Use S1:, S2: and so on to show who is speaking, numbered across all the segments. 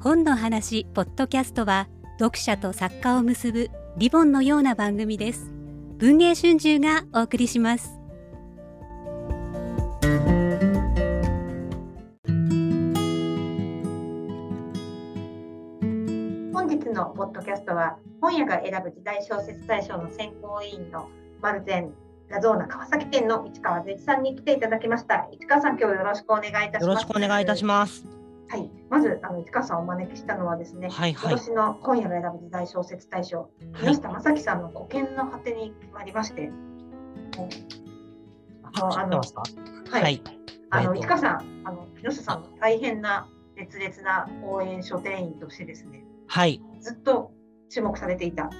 S1: 本の話ポッドキャストは読者と作家を結ぶリボンのような番組です文藝春秋がお送りします
S2: 本日のポッドキャストは本屋が選ぶ時代小説大賞の選考委員のマルゼンラゾーナ川崎店の市川善一さんに来ていただきました市川さん今日よろしくお願いいたします
S3: よろしくお願いいたします。
S2: すはいまずあの市川さんをお招きしたのはですね、
S3: はいは
S2: 今
S3: い
S2: 年の本屋が選ぶ時代小説大賞
S3: は
S2: 宮
S3: い。
S2: 下正樹さんの古見の果てに決まりましてあの
S3: あ知ってますか
S2: はい、
S3: はい。
S2: あの
S3: えっ
S2: 市
S3: と
S2: 川さんあの木下さんの大変な熱烈な応援書店員としてですね
S3: はい。
S2: ずっと注目されていた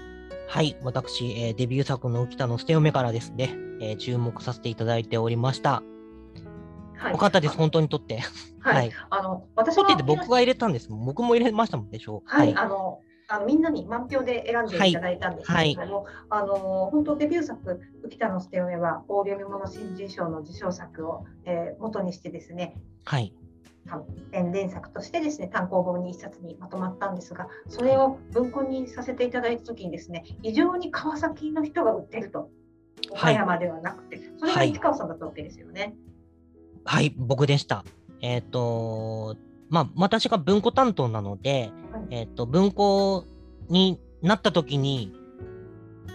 S3: はい。私、えーデビュー作の北の捨て嫁からですね、えー注目させていただいておりました。
S2: はい
S3: よかったです。本当にとって。
S2: はい、
S3: はい
S2: あの私
S3: と
S2: は
S3: ってって僕が入れたんですもん。僕も入れましたもんでしょう。
S2: はい、あのあのみんなに満票で選んでいただいたんですけれども、あの本当デビュー作「浮田の捨て嫁」は大読み物新人賞の受賞作を、えー元にしてですね
S3: はい。
S2: 連連作としてですね単行本に一冊にまとまったんですがそれを文庫にさせていただいた時にですね非常に川崎の人が売ってると岡
S3: はい
S2: 山ではなくて、それが市川さんだったわけですよね。
S3: はい。僕でした。えっ、とまあ、私が文庫担当なので、
S2: はい
S3: えっ、と、文庫になった時に、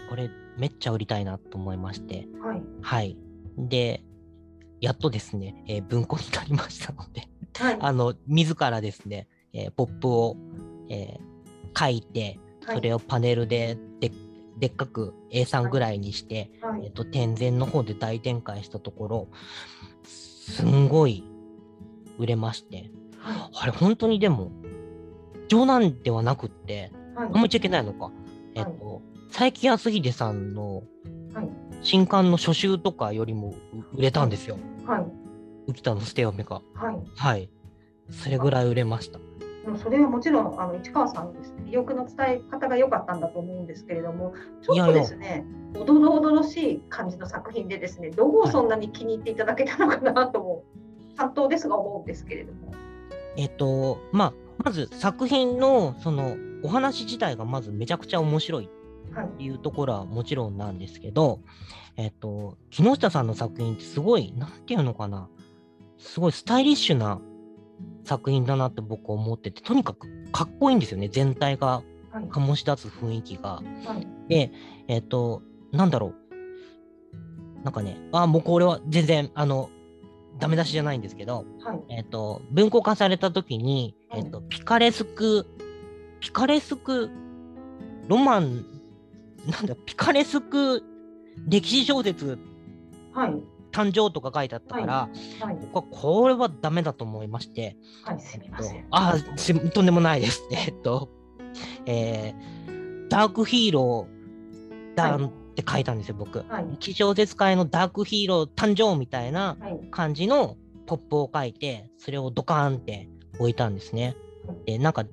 S3: これ、めっちゃ売りたいなと思いまして。
S2: はい
S3: はい。で、やっとですね、えー文庫になりましたので、
S2: はい
S3: あの、自らですね、えーポップを、えー書いて、
S2: はい
S3: それをパネルでででっかく A3 ぐらいにして、
S2: は
S3: えっ
S2: い
S3: と、天然の方で大展開したところ、すんごい売れまして、
S2: は
S3: あれ、本当にでも、冗談ではなくって、
S2: いはい
S3: あんま言っちゃいけないのか。えっと、佐伯康秀さんの
S2: はい
S3: 新刊の初集とかよりも売れたんですよ。
S2: はい
S3: 浮田の捨て嫁が。
S2: はい
S3: はい。それぐらい売れました。
S2: でもそれはもちろんあの市川さんですね魅力の伝え方が良かったんだと思うんですけれどもちょっとですねおどろおどろしい感じの作品でですねどこをそんなに気に入っていただけたのかなとも担当ですが思うんですけれども。
S3: えっと、まあ、まず作品のそのお話自体がまずめちゃくちゃ面白い
S2: はい
S3: っていうところはもちろんなんですけど、えっと、木下さんの作品ってすごい、なんていうのかな、すごいスタイリッシュな作品だなって僕思ってて、とにかくかっこいいんですよね、全体が
S2: はい
S3: 醸し出す雰囲気
S2: は
S3: が。
S2: い
S3: で、えっ、と、なんだろう。なんかね、あ、もうこれは全然、あの、ダメ出しじゃないんですけど、
S2: はい
S3: えっ、と、文庫化された時に、
S2: うん
S3: えっ、と、ピカレスク、ピカレスク、ロマン、なんだ、ピカレスク歴史小説
S2: はい
S3: 誕生とか書いてあったから、
S2: はい
S3: 僕はこれはダメだと思いまして、
S2: はいすみません。
S3: あーしとんでもないです。 えっと、えーダークヒーローだ
S2: は
S3: んって書いたんですよ、僕。
S2: はい
S3: 気象絶界のダークヒーロー誕生みたいな
S2: はい
S3: 感じのポップを書いて、それをドカーンって置いたんですね。で、なんか、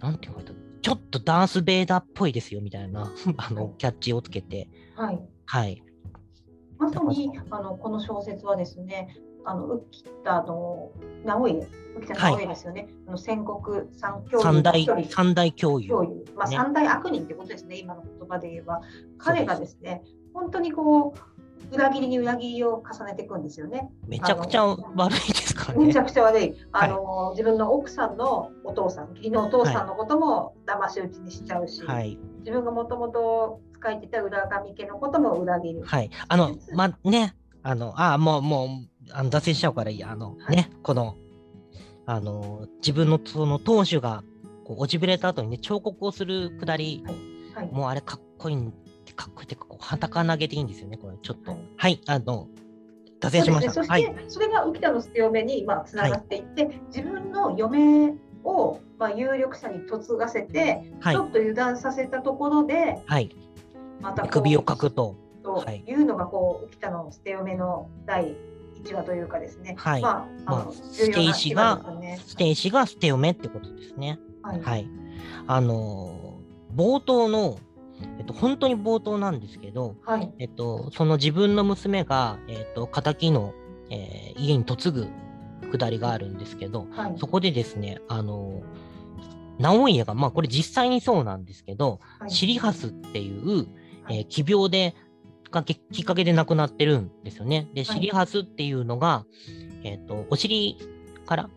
S3: なんて書いたちょっとダース・ベイダーっぽいですよみたいな あのキャッチをつけて、
S2: はい
S3: はい、
S2: まさにあのこの小説はですね、あの浮田の直江、浮田直江ですよね。あの戦国三教
S3: 三
S2: の
S3: 大
S2: 一人
S3: 三大共有
S2: 共有、まあ、
S3: ね
S2: 三大悪人ってことですね、今の言葉で言えば、彼がですね、本当にこう、裏切りに裏切りを重ねていくんですよね。
S3: めちゃくちゃ悪いですから
S2: め
S3: ね
S2: ち。ゃくちゃ悪い。あの、自分の奥さんのお父さん、義理のお父さんのことも騙し討ちにしちゃうし、
S3: はい
S2: 自分がもともと使えていた裏神家のことも裏切る。
S3: はい。あの、ま、ね、あの、あ、もう、もう、あの脱線しちゃうからいいや。あの、
S2: はい
S3: ね、この、あの、自分のその当主が、こう、落ちぶれた後にね、彫刻をするくだり、
S2: はい。
S3: もうあれかっこいいん、かっこいいっていうか、こう、はたか投げていいんですよね、これ、ちょっと。
S2: は
S3: はいい、あの、脱
S2: そうです
S3: 線しま
S2: ね
S3: し
S2: そ
S3: た。
S2: して、
S3: はい。
S2: それが浮田の捨て嫁にまあつながっていって、自分の嫁をまあ有力者に嫁がせて、
S3: はい
S2: ちょ。っと油断させたところで、
S3: はい。
S2: またこう
S3: 首をかくと。
S2: と
S3: はい
S2: いうのがこう浮田の捨て嫁の第一話というかですね。
S3: はい
S2: まあ、あ
S3: ま
S2: の
S3: あ、捨て石が、捨て石が捨て嫁ってことですね。
S2: はいは
S3: はいい。あの、冒頭の、えっと、本当に冒頭なんですけど、
S2: はい
S3: えっと、その自分の娘が、えっと、敵の、えー家に嫁ぐくだりがあるんですけど、
S2: はい
S3: そこでですね、あの、直家が、まあこれ実際にそうなんですけど、
S2: はい
S3: シリハスっていう、
S2: は
S3: え
S2: い
S3: ー奇病でがききっかけで亡くなってるんですよね。で、
S2: はい
S3: シリハスっていうのが、えっとお尻から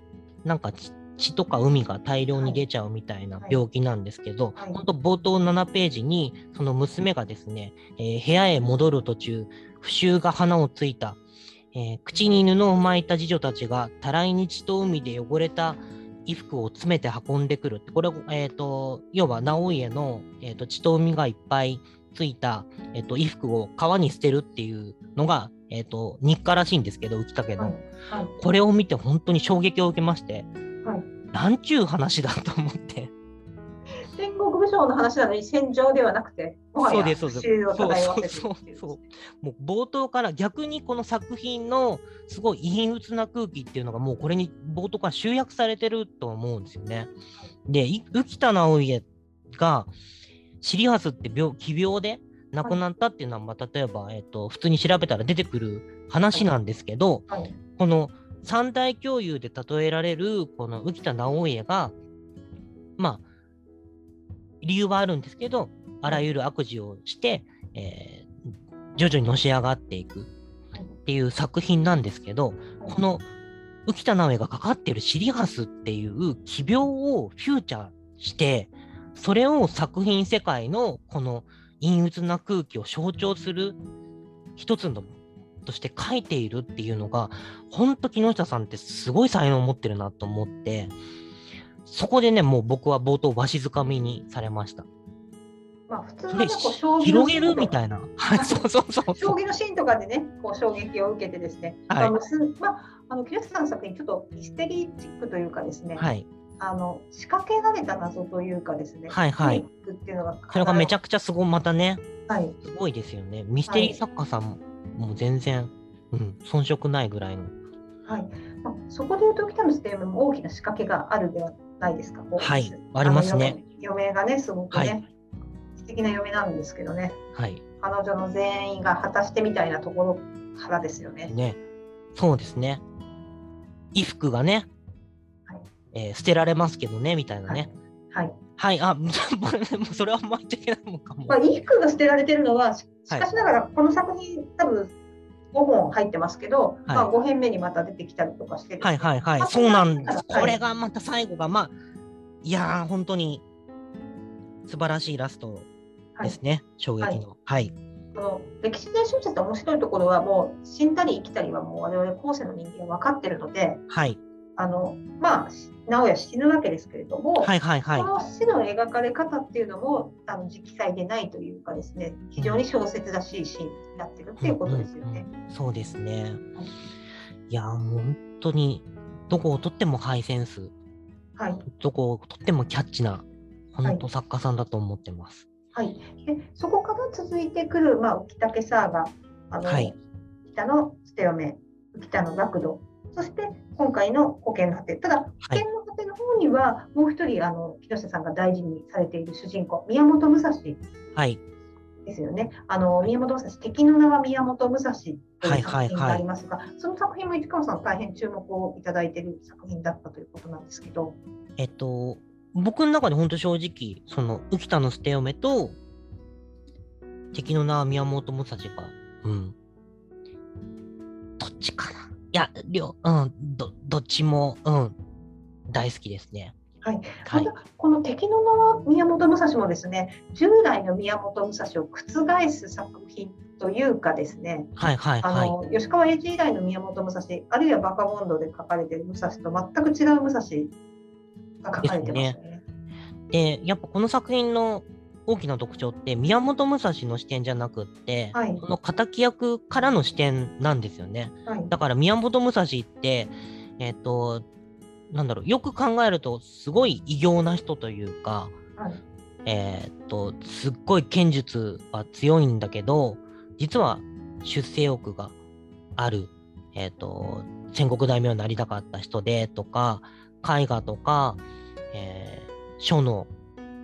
S3: なんか血血とか海が大量に出ちゃうみたいな
S2: はい
S3: 病気なんですけど、
S2: はい
S3: 本当冒頭7ページにその娘がですね、えー部屋へ戻る途中不臭が花をついた、えー口に布を巻いた次女たちがたらいに血と海で汚れた衣服を詰めて運んでくるこれ、えー、と要は直家の、えー、と血と海がいっぱいついた、えー、と衣服を川に捨てるっていうのが、えー、と日課らしいんですけど浮竹の、
S2: はいはい
S3: これを見て本当に衝撃を受けまして、
S2: はい
S3: なんちゅう話だと思って。
S2: 戦国武将の話なのに戦場ではなくて、もは
S3: そう
S2: や
S3: ですそうです
S2: 終了を漂わせて
S3: そう
S2: るってい
S3: そうそうもう冒頭から逆にこの作品のすごい陰鬱な空気っていうのがもうこれに冒頭から集約されてると思うんですよね。でい浮田直家がシリハスって病奇病で亡くなったっていうのは、まあ、例えば、えっと普通に調べたら出てくる話なんですけど、
S2: はい
S3: この三大共有で例えられるこの浮田直家がまあ理由はあるんですけどあらゆる悪事をして、えー徐々にのし上がっていくっていう作品なんですけどこの浮田直江がかかってるシリハスっていう奇病をフューチャーしてそれを作品世界のこの陰鬱な空気を象徴する一つのとして書いているっていうのが本当木下さんってすごい才能を持ってるなと思ってそこでねもう僕は冒頭わしづかみにされました
S2: まあ、普通
S3: そ
S2: の
S3: れ
S2: ねこう将棋の
S3: 広げるみ
S2: い
S3: たいなはいそうそうそう
S2: 将
S3: そう
S2: 棋のシーンとかでね、こう衝撃を受けてですね、
S3: はい
S2: まあ、むすまあ、あの木下さんの作品、ちょっとミステリーチックというかですね、
S3: はい
S2: あの仕掛けられた謎というかですね、
S3: はいはい
S2: テクニックっていうのが、
S3: それがめち
S2: ゃ、
S3: ゃくちゃすごいまたね
S2: はい、
S3: すごいですよねミステリー作家さんも,、もう全然、うん、遜色ないぐらいの
S2: はいまあ、そこでいうと、北野ステームも大きな仕掛けがあるではないですか、こう
S3: はいありますね。
S2: あの嫁嫁がね、すごくね、
S3: はい
S2: 素敵な嫁なんですけどね、
S3: はい
S2: 彼女の全員が果たしてみたいなところからですよね。
S3: ねそうですね衣服がね、
S2: はい
S3: えー捨てられますけどねみたいなね、
S2: はいはい
S3: はい、あ、 もうそれはあんまり言っちゃいけないのかも。
S2: まあ、衣服が捨てられてるのは、しし
S3: はい
S2: かしながら、この作品、多分5本入ってますけど、
S3: はい
S2: まあ、5編目にまた出てきたりとかしてですね、
S3: はいはいはい
S2: まあ、
S3: そうなんです。
S2: はい
S3: これがまた最後が、まあ、いやー、本当に素晴らしいラスト
S2: はい
S3: ですね、衝撃の。はい。
S2: その歴史伝承者って面白いところはもう死んだり生きたりはもう我々後世の人間は分かってるので
S3: はい。
S2: あのまあし直哉死ぬわけですけれども、
S3: はいはいはい
S2: こ。の死の描かれ方っていうのもあの記載でないというかですね非常に小説らしいシーンになってるっていうことですよね。
S3: うんうんうんそうですね。いやー、もう本当に、どこをとってもハイセンス、
S2: はい
S3: どこをとってもキャッチな、本当作家さんだと思ってます。
S2: はい、でそこから続いてくる、まあ、浮竹サーガあの、
S3: はい
S2: 北の捨て嫁浮田の学童そして今回の保険の果てただ保険の果ての方にはもう一人あの木下さんが大事にされている主人公宮本武蔵です
S3: はい。
S2: よねあの宮本武蔵敵の名は宮本武蔵という
S3: はい
S2: 作
S3: はい
S2: 品がありますが、その作品も市川さん大変注目をいただいている作品だったということなんですけど
S3: えっと、僕の中で本当正直、その、浮田の捨て嫁と、敵の名は宮本武蔵が、うん。どっちかな。いや、両、うん、ど、どっちも、うん、大好きですね。
S2: はい。
S3: はい
S2: ま。たこの敵の名は宮本武蔵もですね従来の宮本武蔵を覆す作品というかですね
S3: はい、はい、
S2: あ
S3: はい。
S2: の、吉川英治以来の宮本武蔵あるいはバカボンドで書かれている武蔵と全く違う武蔵が書かれてますよね。
S3: で、やっぱこの作品の大きな特徴って、宮本武蔵の視点じゃなくって、
S2: はい
S3: その敵役からの視点なんですよね。
S2: はい
S3: だから宮本武蔵って、えっ、と、なんだろう、よく考えると、すごい異形な人というか、
S2: はい
S3: えっ、と、すっごい剣術は強いんだけど、実は出世欲がある、えっ、と、戦国大名になりたかった人で、とか、絵画とか、えー書の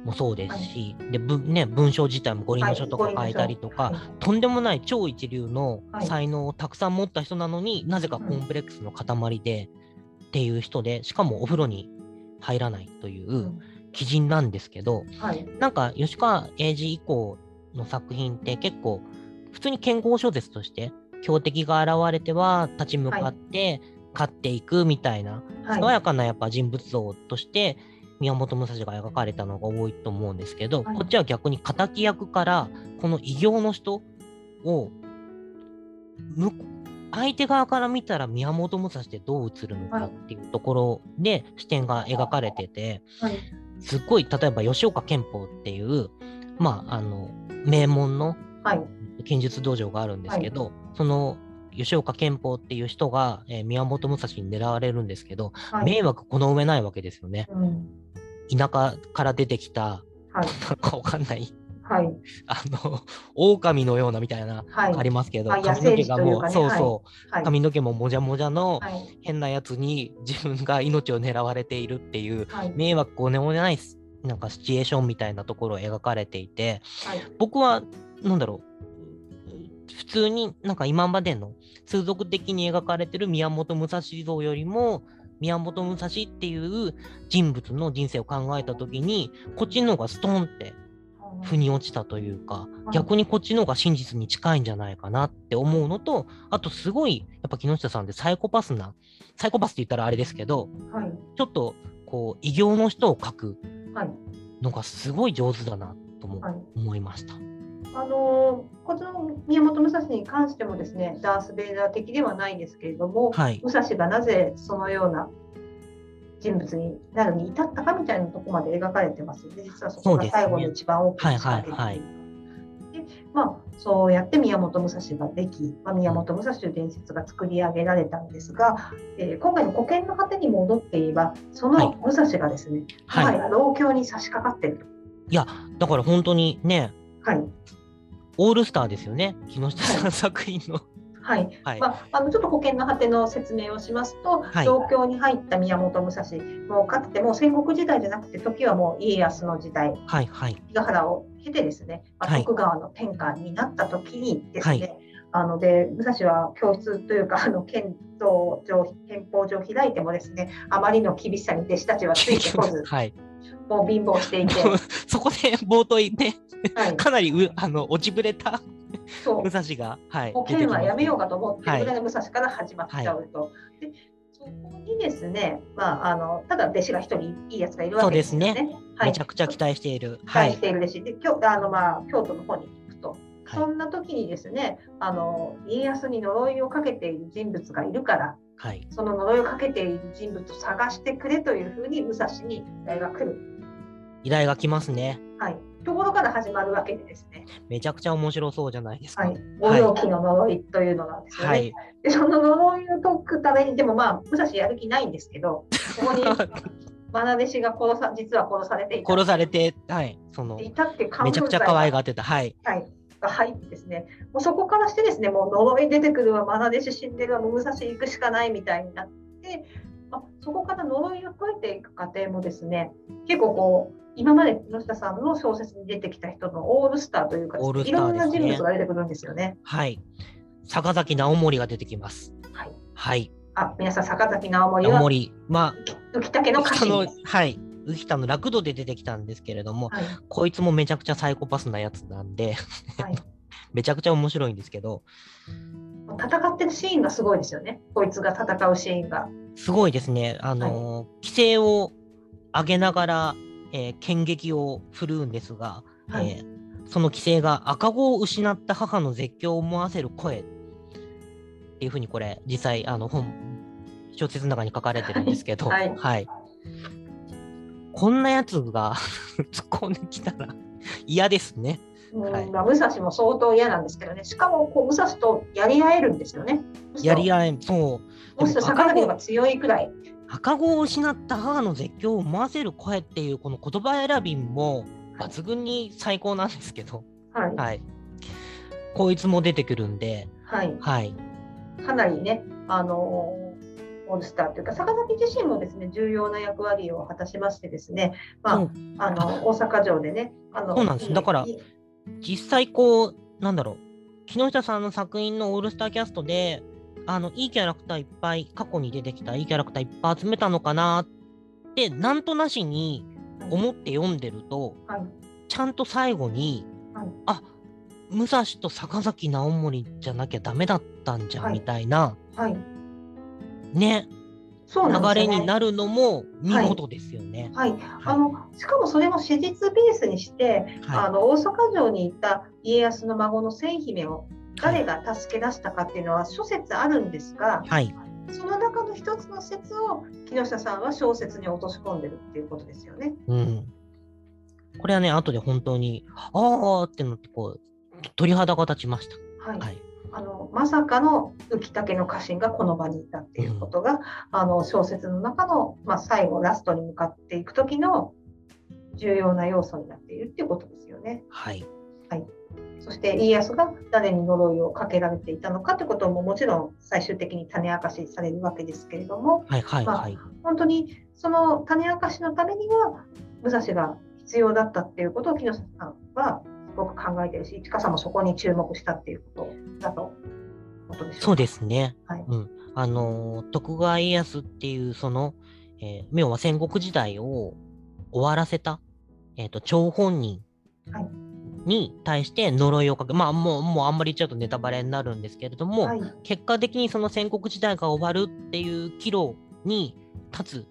S3: もそうですし、で、文ね、文章自体も五輪の書とか書いたりとか、
S2: はい
S3: とんでもない超一流の
S2: はい
S3: 才能をたくさん持った人なのに、なぜかコンプレックスの塊で、っていう人でしかもお風呂に入らないという、
S2: うん
S3: 基人なんですけど、
S2: はい、
S3: なんか吉川英治以降の作品って結構普通に剣豪小説として強敵が現れては立ち向かって勝っていくみたいな、爽
S2: はい、
S3: やかなやっぱ人物像として宮本武蔵が描かれたのが多いと思うんですけど、
S2: はい
S3: こっちは逆に敵役からこの異形の人を向こ相手側から見たら宮本武蔵ってどう映るのかっていうところで視点が描かれてて、
S2: はい、
S3: すっごい例えば吉岡憲法っていう、まあ、あの名門の
S2: はい、
S3: 剣術道場があるんですけど、その吉岡憲法っていう人が、えー宮本武蔵に狙われるんですけど、
S2: はい、
S3: 迷惑この上ないわけですよね。
S2: うん、
S3: 田舎から出てきた、
S2: はい、
S3: なんかわかんない、
S2: はい、
S3: あの、狼のようなみたいな、
S2: はい、
S3: ありますけど、
S2: あ野
S3: 髪の
S2: 生
S3: 毛
S2: 児
S3: が
S2: とい
S3: も
S2: う
S3: う、
S2: かね
S3: そうそう、
S2: はい、
S3: 髪の毛ももじゃもじゃの
S2: はい、
S3: 変なやつに自分が命を狙われているっていう、
S2: はい、
S3: 迷惑をねもないすなんかシチュエーションみたいなところを描かれていて
S2: はい、
S3: 僕はなんだろう普通になんか今までの通俗的に描かれてる宮本武蔵像よりも宮本武蔵っていう人物の人生を考えた時にこっちの方がストンって腑に落ちたというか
S2: はい
S3: 逆にこっちの方が真実に近いんじゃないかなって思うのとあとすごいやっぱ木下さんってサイコパスなサイコパスって言ったらあれですけど
S2: はい、
S3: ちょっとこう異形の人を描く
S2: はい、
S3: のがすごい上手だなとも
S2: はい。
S3: 思いました。
S2: あのーこの宮本武蔵に関してもですねダース・ベイダー的ではないんですけれども、
S3: はい。
S2: 武蔵がなぜそのような人物になるに至ったかみたいなところまで描かれてますよね実はそこ
S3: そう
S2: が
S3: ですね
S2: 最後の一番大きな仕掛け
S3: はいはい
S2: でまあ、そうやって宮本武蔵ができ、まあ、宮本武蔵という伝説が作り上げられたんですが、えー今回の「古典の果て」に戻って言えばその武蔵がですね、
S3: はい
S2: 今や老境に差し掛かっている。
S3: いや、だから本当にね、
S2: はい
S3: オールスターですよね。木下さ
S2: は
S3: ん作品の。
S2: はい
S3: はい。
S2: まあ、あのちょっと保険の果ての説明をしますと、
S3: はい
S2: 東京に入った宮本武蔵もうかつてもう戦国時代じゃなくて時はもう家康の時代
S3: はいはい。
S2: 伊賀原を経てですね、まあ
S3: はい
S2: 徳川の天下になった時にですね、
S3: はい
S2: あので武蔵は教室というかあの憲法上憲法上開いてもですねあまりの厳しさに弟子たちはついてこ ず
S3: はい。
S2: もう貧乏していて、
S3: もうそこで冒頭にね、
S2: はい、
S3: かなりう あの落ちぶれた
S2: そう
S3: 武蔵が、はい。
S2: もう剣はやめようかと思って、
S3: はい
S2: 村の武蔵から始まっちゃうと。でそこにですね、まあ、あのただ弟子が一人いいやつがいるわけですよね。
S3: そうです
S2: は
S3: め
S2: い、
S3: ちゃくちゃ期待している。
S2: 期
S3: は
S2: 待し
S3: い。
S2: ている弟子で、京あのまあ京都の方に行くと、
S3: はい
S2: そんな時にですねあの家康に呪いをかけている人物がいるから
S3: はい。
S2: その呪いをかけている人物を探してくれというふうに武蔵に依頼が来る、
S3: 依頼が来ますね。
S2: はい、ところから始まるわけでですね、
S3: めちゃくちゃ面白そうじゃないですか。
S2: はい、御用気の呪いというのなんですよね。
S3: はい。
S2: でその呪いを解くためにでもまあ武蔵やる気ないんですけどこ こに愛弟子が殺さ実は殺されていた
S3: 殺されて、はい。その、
S2: いたっていう
S3: めちゃくちゃ可愛
S2: が,、
S3: がってた。はい。
S2: はい、が入ってですねもうそこからしてですねもう呪い出てくるわ愛弟子死んでるわもう武蔵行くしかないみたいになって、まあ、そこから呪いを解いていく過程もですね結構こう今まで木下さんの小説に出てきた人のオールスターというか
S3: オールス
S2: い
S3: タ
S2: ろ
S3: ー
S2: ん
S3: で
S2: な
S3: すね
S2: 人物が出てくるんですよね。
S3: はい。坂崎直盛が出てきます。
S2: はい。
S3: はい。
S2: あ皆さん坂崎直盛
S3: 直
S2: は
S3: 盛。ま
S2: 浮田家
S3: あ、
S2: の家
S3: 浮田
S2: 臣
S3: の
S2: です。、
S3: はい。浮田の楽土で出てきたんですけれども、
S2: はい
S3: こいつもめちゃくちゃサイコパスなやつなんで、
S2: はい、
S3: めちゃくちゃ面白いんですけど、
S2: 戦ってるシーンがすごいですよね、こいつが戦うシーンが。
S3: すごいですね。あのー、規制を上げながら、えー剣撃を振るうんですが、
S2: はい
S3: えーその規制が赤子を失った母の絶叫を思わせる声っていうふうにこれ実際あの本小説の中に書かれてるんですけど、
S2: はい
S3: こんなやつが 突っ込んできたら 嫌ですね。
S2: うん
S3: はい
S2: まあ、武蔵も相当嫌なんですけどね、しかもこう武蔵とやり合えるんですよね。
S3: やり合えそう
S2: 武蔵と
S3: でも
S2: 坂上の方が強いくらい。
S3: 赤子を失った母の絶叫を思わせる声っていうこの言葉選びも抜群に最高なんですけど、
S2: はい
S3: はい、こいつも出てくるんで、
S2: はい、
S3: はい、
S2: かなりね、あのーオールスターというか、坂上自身もですね重要な役割を果たしまして、ですね、
S3: う
S2: ま
S3: ん
S2: あ、あの大阪城でね、あの
S3: そうなんですだから実際こうなんだろう木下さんの作品のオールスターキャストであのいいキャラクターいっぱい過去に出てきたいいキャラクターいっぱい集めたのかなってなんとなしに
S2: はい
S3: 思って読んでると、
S2: はい
S3: ちゃんと最後に、
S2: はい
S3: あ武蔵と坂崎直盛じゃなきゃダメだったんじゃん、
S2: はい
S3: みたいな
S2: はい、
S3: ね
S2: そうなん
S3: 流
S2: です
S3: れ
S2: よね
S3: に。なるのも見事ですよね。
S2: はい、
S3: は
S2: あのしかもそれも史実ベースにして、
S3: い
S2: あの大阪城にいた家康の孫の千姫を誰
S3: はい
S2: が助け出したかっていうのは諸説あるんですが、
S3: はい、
S2: その中の一つの説を木下さんは小説に落とし込んでるっていうことですよね。
S3: うん。これはね、後で本当に、あーってのって、こう、鳥肌が立ちまし
S2: はい
S3: た。はい。
S2: あのまさかの浮竹の家臣がこの場にいたっていうことが、あの小説の中の、まあ、最後ラストに向かっていく時の重要な要素になっているっていうことですよね。
S3: はい。
S2: そして家康が誰に呪いをかけられていたのかってことももちろん最終的に種明かしされるわけですけれども
S3: はい、はい、
S2: まあ
S3: はい。
S2: 本当にその種明かしのためには武蔵が必要だったっていうことを木下さんはすごく考えてるし市川さんもそこに注目したっていうことだとことでしょうか
S3: そうですね。
S2: はい
S3: うん。あのー、徳川家康っていう、その、えー明は戦国時代を終わらせた、えっ、と、張本人
S2: はい
S3: に対して呪いをかけ、まあ、もう、もうあんまり言っちゃうとネタバレになるんですけれども、
S2: はい
S3: 結果的にその戦国時代が終わるっていう岐路に立つ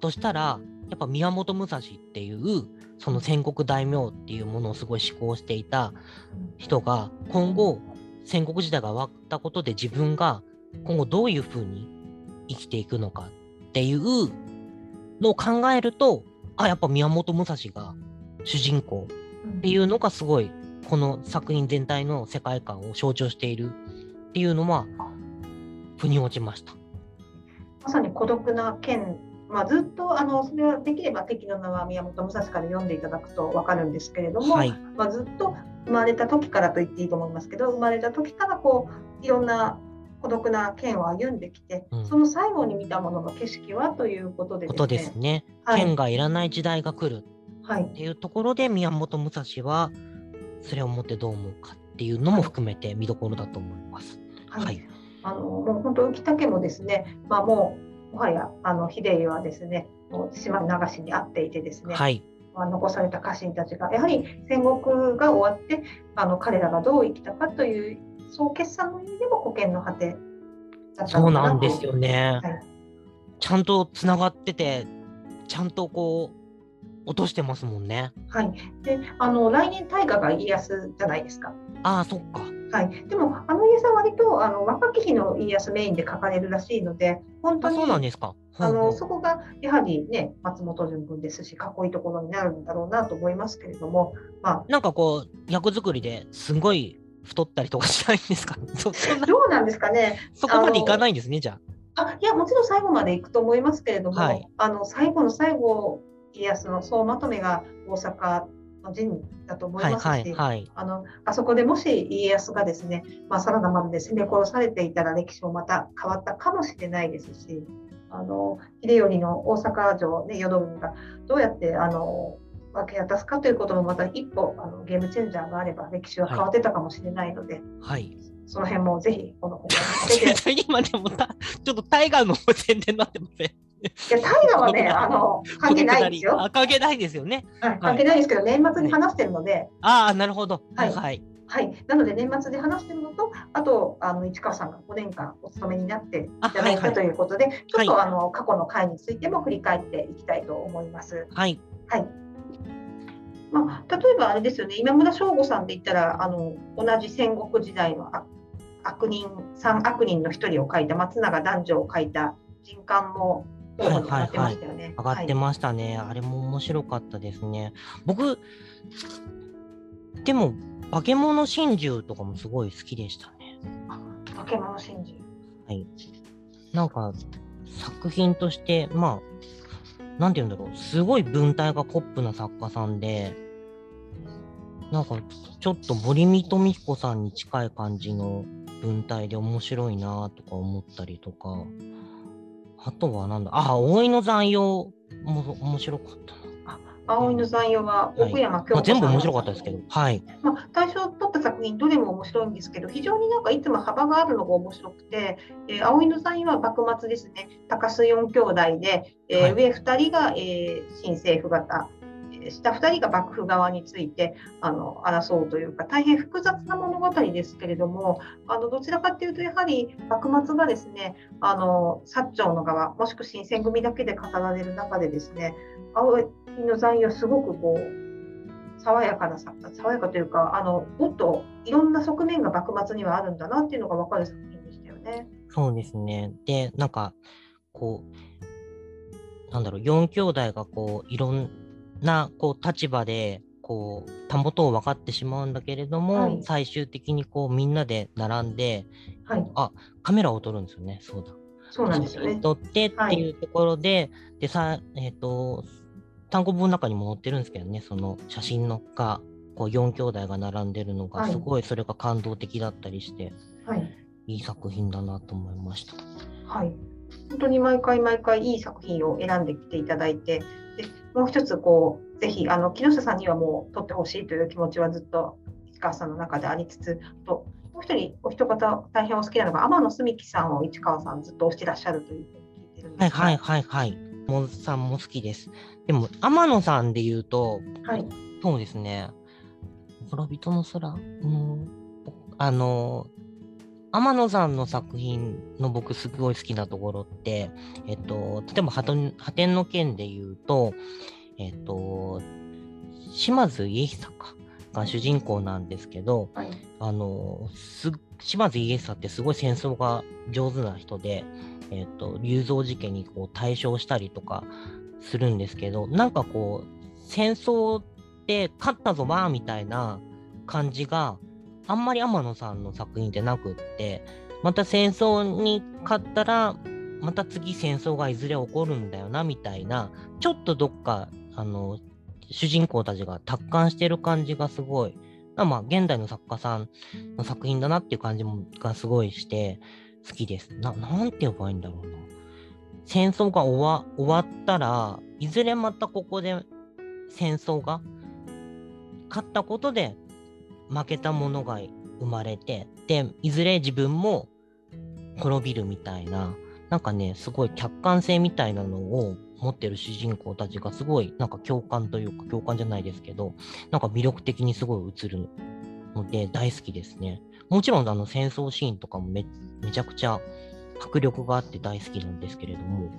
S3: としたらやっぱ宮本武蔵っていうその戦国大名っていうものをすごい思考していた人が今後戦国時代が終わったことで自分が今後どういうふうに生きていくのかっていうのを考えるとあやっぱ宮本武蔵が主人公
S2: うん
S3: っていうのがすごいこの作品全体の世界観を象徴しているっていうのは腑に落ちました。
S2: まさに孤独な剣、まあ、ずっとあのそれはできれば敵の名は宮本武蔵から読んでいただくと分かるんですけれども、
S3: はい
S2: まあ、ずっと生まれた時からと言っていいと思いますけど生まれた時からこういろんな孤独な剣を歩んできて、
S3: うん
S2: その最後に見たものの景色はということで
S3: ことで
S2: ですすね。
S3: ね。
S2: はい
S3: 剣がいらない時代が来る
S2: はい
S3: っていうところで宮本武蔵はそれをもってどう思うかっていうのも含めて見どころだと思います。
S2: はい
S3: はい。
S2: あのもう本当浮竹もですね、まあ、もうもはやあの秀家はですねもう島流しにあっていてですね、
S3: はい。
S2: まあ残された家臣たちがやはり戦国が終わってあの彼らがどう生きたかという総決算の意味でも古見の果てだった
S3: そう
S2: のか
S3: な
S2: なんと
S3: ですよね
S2: はい。
S3: ちゃんとつながってて、ちゃんとこう、落としてますもんね。
S2: はい、であの来年大河が家康じゃないですか。
S3: ああ、そっか。
S2: はい、でもあの家康は割とあの若き日の家康メインで書かれるらしいので本当
S3: あ
S2: に
S3: そうなんですか。
S2: あ
S3: ほうほ
S2: の
S3: う
S2: そこがやはりね松本潤君ですしかっこいいところになるんだろうなと思いますけれども、ま
S3: なんかこう、役作りですごい太ったりとかしないんですか そそ ん
S2: あ、
S3: な
S2: どうなんですかね
S3: そこまでいかないんですね、じゃ
S2: あいやもちろん最後まで行くと思いますけれども、
S3: はい
S2: あの最後の最後家康の総まとめが大阪の陣だと
S3: あ。
S2: 思
S3: はいい
S2: ますし、
S3: はいはい。
S2: あのあそこでもし家康がですね、まあ、真田丸で攻め殺されていたら歴史もまた変わったかもしれないですしあの秀頼の大阪城、ね、淀君がどうやってあの分け渡すかということもまた一歩あのゲームチェンジャーがあれば歴史は変わってたかもしれないので、
S3: はい。
S2: その辺もぜひこの本を 出て
S3: 今でもた、ちょっとタイガーの宣伝になってません。
S2: いや、大河はね、あの、関係ないですよ。
S3: あ、関係ないですよね。
S2: はい、関係ないですけど、年末に話してるので、
S3: ああ、なるほど。は
S2: はいい
S3: はい。
S2: はい、なので年末で話してるのと、あと、あの、市川さんが5年間お勤めになっていただい
S3: あはいはい
S2: たということで、ちょっと、
S3: は
S2: あの、過去の回についても振り返っていきたいと思います。
S3: はい。
S2: まあ、例えばあれですよね、今村翔吾さんで言ったら、あの、同じ戦国時代の悪悪人、三悪人の一人を書いた、松永男女を書いた人間も、候補に上がってましたよね。
S3: 上がって
S2: はい
S3: ましたね。あれも面白かったですね。僕、でも、化け物真珠とかもすごい好きでしたね。
S2: 化け物真珠。
S3: なんか、作品として、まあ、なんて言うんだろう。すごい文体がポップな作家さんで、なんか、ちょっと森見富彦さんに近い感じの文体で面白いなとか思ったりとか、あとはなんだ、あ、葵の残用も面白かったな。
S2: 葵の残用は
S3: はい
S2: 奥山京子さん、
S3: まあ、全部面白かったですけど。、はい。
S2: まあ、大賞を取った作品どれも面白いんですけど非常になんかいつも幅があるのが面白くて、えー、葵の残用は幕末ですね高須四兄弟で、えー
S3: はい
S2: 上2人が、えー新政府型てした2人が幕府側についてあの争うというか大変複雑な物語ですけれどもあのどちらかというとやはり幕末がですねあの薩長の側もしくは新選組だけで語られる中でですね青いの残余すごくこう爽やかな爽やかというかあのもっといろんな側面が幕末にはあるんだなっていうのが分かる作品でしたよね。
S3: そうですね。で、なんか、こう、なんだろう、4兄弟がこう、いろんなこう立場で、こう、たもとを分かってしまうんだけれども、
S2: はい
S3: 最終的にこう、みんなで並んで、
S2: はい、
S3: あ、カメラを撮るんですよね、そうだ。
S2: そうなんですよ
S3: 写
S2: ね
S3: 真。撮ってっていうところで、で、さ、えっ、と、単行本の中にも載ってるんですけどね、その写真のが、こう、4兄弟が並んでるのが、
S2: はい
S3: すごいそれが感動的だったりして、
S2: はい、
S3: いい作品だなと思いました。
S2: はい、本当に毎回毎回いい作品を選んできていただいて、でもう一つこうぜひあの木下さんにはもう撮ってほしいという気持ちはずっと市川さんの中でありつつ、あともう一人お一方大変お好きなのが天野澄樹さんを市川さんずっと推してらっしゃるというふうに聞いてるん
S3: は
S2: で
S3: い
S2: すが
S3: はいはいはい。モズさんも好きです。でも、天野さんで言うと、
S2: はい、
S3: そうですね。滅びとの空うん。あの、天野さんの作品の僕すごい好きなところって、えっと、例えば破天破天の件で言うと、えっと、島津家久かが主人公なんですけど、
S2: はい、
S3: あのす島津家康ってすごい戦争が上手な人で、えっと龍造事件にこう対処したりとかするんですけどなんかこう戦争って勝ったぞわーみたいな感じがあんまり天野さんの作品でなくってまた戦争に勝ったらまた次戦争がいずれ起こるんだよなみたいなちょっとどっかあの主人公たちが達観してる感じがすごいまあまあ、現代の作家さんの作品だなっていう感じもがすごいして好きです。な、なんて言えばいいんだろうな。戦争が終わ終わったら、いずれまたここで戦争が勝ったことで負けたものが生まれて、で、いずれ自分も滅びるみたいな、なんかね、すごい客観性みたいなのを持ってる主人公たちがすごい、なんか共感というか、共感じゃないですけど、なんか魅力的にすごい映るので大好きですね。もちろんあの戦争シーンとかもめめちゃくちゃ迫力があって大好きなんですけれども。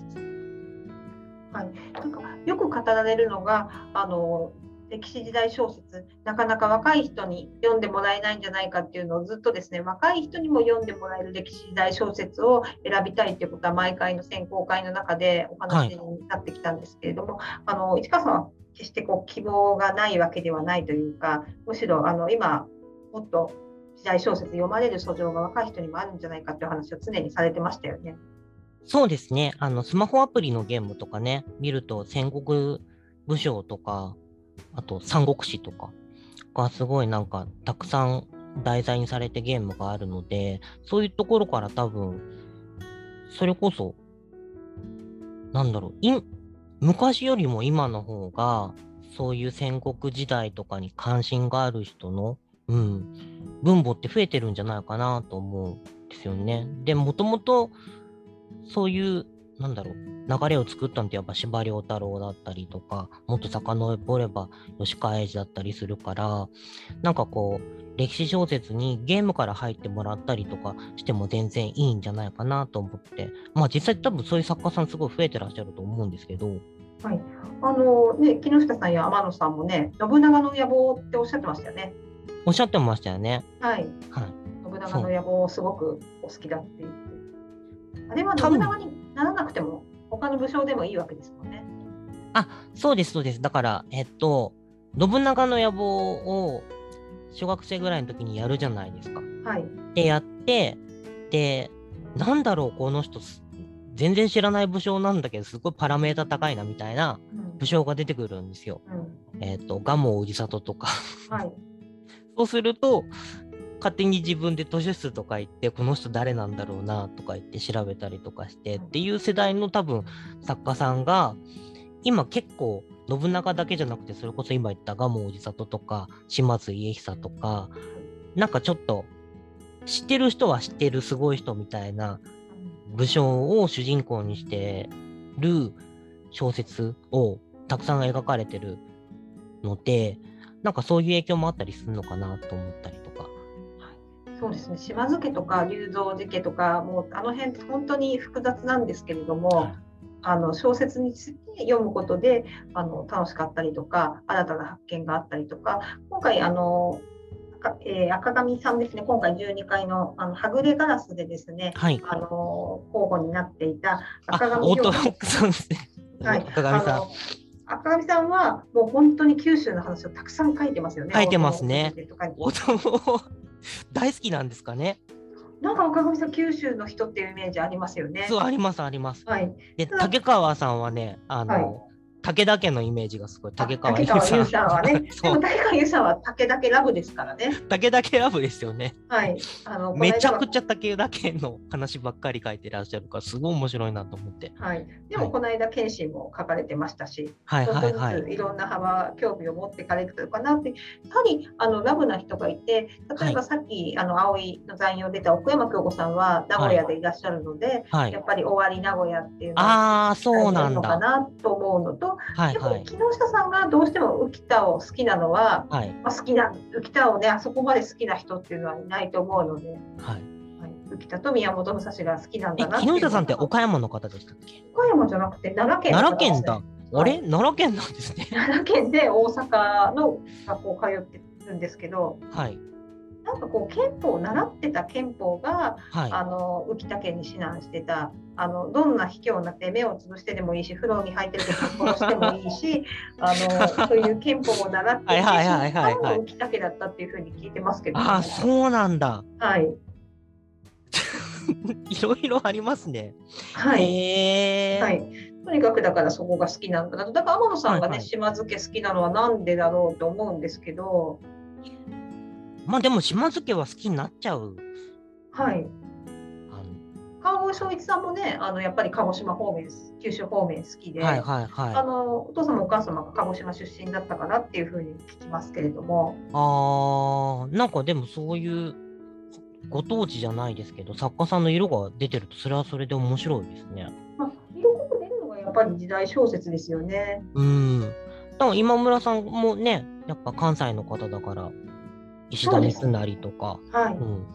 S2: なんかよく語られるのがあの歴史時代小説なかなか若い人に読んでもらえないんじゃないかっていうのをずっとですね若い人にも読んでもらえる歴史時代小説を選びたいっていうことは毎回の選考会の中でお話になってきたんですけれども、あの市川さんは決してこう希望がないわけではないというかむしろあの今もっと時代小説読まれる素性が若い人にもあるんじゃないかっていう話を常にされてましたよね。
S3: そうですね。あの、スマホアプリのゲームとかね、見ると戦国武将とか、あと三国志とかがすごいなんかたくさん題材にされてゲームがあるので、そういうところから多分、それこそ、なんだろう、い昔よりも今の方が、そういう戦国時代とかに関心がある人の、うん、分母って増えてるんじゃないかなと思うんですよね。で、もともと、そういう、なんだろう、流れを作ったのってやっぱ司馬遼太郎だったりとか、もっと遡れば吉川英治だったりするから、なんかこう、歴史小説にゲームから入ってもらったりとかしても全然いいんじゃないかなと思って、まあ実際多分そういう作家さんすごい増えてらっしゃると思うんですけど、
S2: はい、あのね、木下さんや天野さんもね、信長の野望っておっしゃってましたよね。
S3: おっしゃってましたよね。
S2: はい、
S3: はい。
S2: 信長の野望をすごくお好きだって言って。あれは信長にならなくても、他の武将でもいいわけですもんね。
S3: あ、そうです、そうです。だから、えっと、信長の野望を小学生ぐらいの時にやるじゃないですか。
S2: はい、
S3: でやって、で、なんだろう、この人す、全然知らない武将なんだけど、すごいパラメータ高いなみたいな
S2: うん
S3: 武将が出てくるんですよ。
S2: うん、
S3: えっ、と、蒲生氏里とか。
S2: はい、
S3: そうすると、勝手に自分で図書室とか行って、この人誰なんだろうなとか言って調べたりとかしてっていう世代の多分作家さんが、今結構、信長だけじゃなくて、それこそ今言った蒲生氏里とか、島津家久とか、なんかちょっと、知ってる人は知ってるすごい人みたいな武将を主人公にしてる小説をたくさん描かれてるので、なんかそういう影響もあったりするのかなと思ったりとか。
S2: そうですね島津家とか龍造寺家とかもうあの辺本当に複雑なんですけれども、
S3: はい
S2: あの小説について読むことであの楽しかったりとか新たな発見があったりとか今回あの赤,、えー赤髪さんですね今回12階のあのはぐれガラスでですね
S3: はい。
S2: あの候補になっていた
S3: あ
S2: 赤、髪
S3: オート
S2: さ
S3: ロックさんですね。
S2: はい
S3: 赤髪さ
S2: あ
S3: ん。
S2: の赤髪さんはもう本当に九州の話をたくさん書いてますよね。
S3: 書いてますね
S2: 大友先生とかに
S3: オートロ大好きなんですかね。
S2: なんか赤髪さん九州の人っていうイメージありますよね。
S3: そう、あります、あります。
S2: はい。
S3: で、
S2: ただ
S3: 竹川さんはね、あの、
S2: はい
S3: 武田家のイメージがすごい。竹川
S2: あ
S3: 優
S2: 竹川
S3: さん。
S2: 優さんはね。で
S3: そ
S2: も
S3: う、
S2: 竹川優さんは竹だけラブですからね。
S3: 武田家ラブですよね。
S2: はい。あの
S3: めちゃくち
S2: ゃ。
S3: ゃ武田家の話ばっかり書いてらっしゃるから、すごい面白いなと思って。
S2: はい。でもこの間謙信も書かれてましたし、
S3: はい
S2: ちょっ
S3: はい
S2: と
S3: は
S2: ずつ
S3: い。
S2: いろんな幅興味を持っていかれるかなって、やはりあのラブな人がいて、例えばさっき、あの葵の残用出た奥山京子さんは名古屋でいらっしゃるので、
S3: はい
S2: や。っぱり終わり名古屋っていうのが
S3: ああ、そうな
S2: る
S3: ん
S2: のか
S3: だ。
S2: なと思うのと、
S3: はい
S2: でも
S3: はい。
S2: 木下さんがどうしても浮田を好きなのは、
S3: はい
S2: まあ、好きな浮田をねあそこまで好きな人っていうのはいないと思うので、は
S3: はい。
S2: い、浮田と宮本武蔵が好きなん
S3: え
S2: だな、
S3: 木
S2: いう
S3: 下さんって岡山の方でしたっけ
S2: 岡山じゃなくて奈良県の方で
S3: 奈良
S2: す
S3: 県だ
S2: ね。
S3: あれ奈良県なんですね。
S2: 奈良県で大阪の学校通ってるんですけど
S3: はい。
S2: なんかこう憲法を習ってた憲法が
S3: はい。
S2: あの浮田家に指南してたあのどんな卑怯な手目を潰してでもいいし風呂に入ってる時に殺してもいい しあのそういう憲法を習って
S3: はいはいはいはいはい
S2: その時からの浮田家だったっていうふうに聞いてますけど、
S3: ああ、そうなんだ。
S2: はい
S3: いろいろありますね。
S2: はい。
S3: へえ。
S2: はい、とにかくだからそこが好きなんだなとだから天野さんがね、
S3: はいはい
S2: 島漬け好きなのはなんでだろうと思うんですけど、
S3: まあでも島津家は好きになっちゃう。
S2: はい、
S3: あ
S2: 川越正一さんもねあのやっぱり鹿児島方面九州方面好きで、
S3: のはいはいはい。
S2: あ
S3: あ
S2: のお父様お母様が鹿児島出身だったからっていうふうに聞きますけれども、
S3: あー、なんかでもそういうご当地じゃないですけど、作家さんの色が出てると、それはそれで面白いですね。
S2: まあ、色濃く出るのがやっぱり時代小説ですよね。
S3: うん。でも今村さんもね、やっぱ関西の方だから、石田三成とか、
S2: はい、
S3: うん、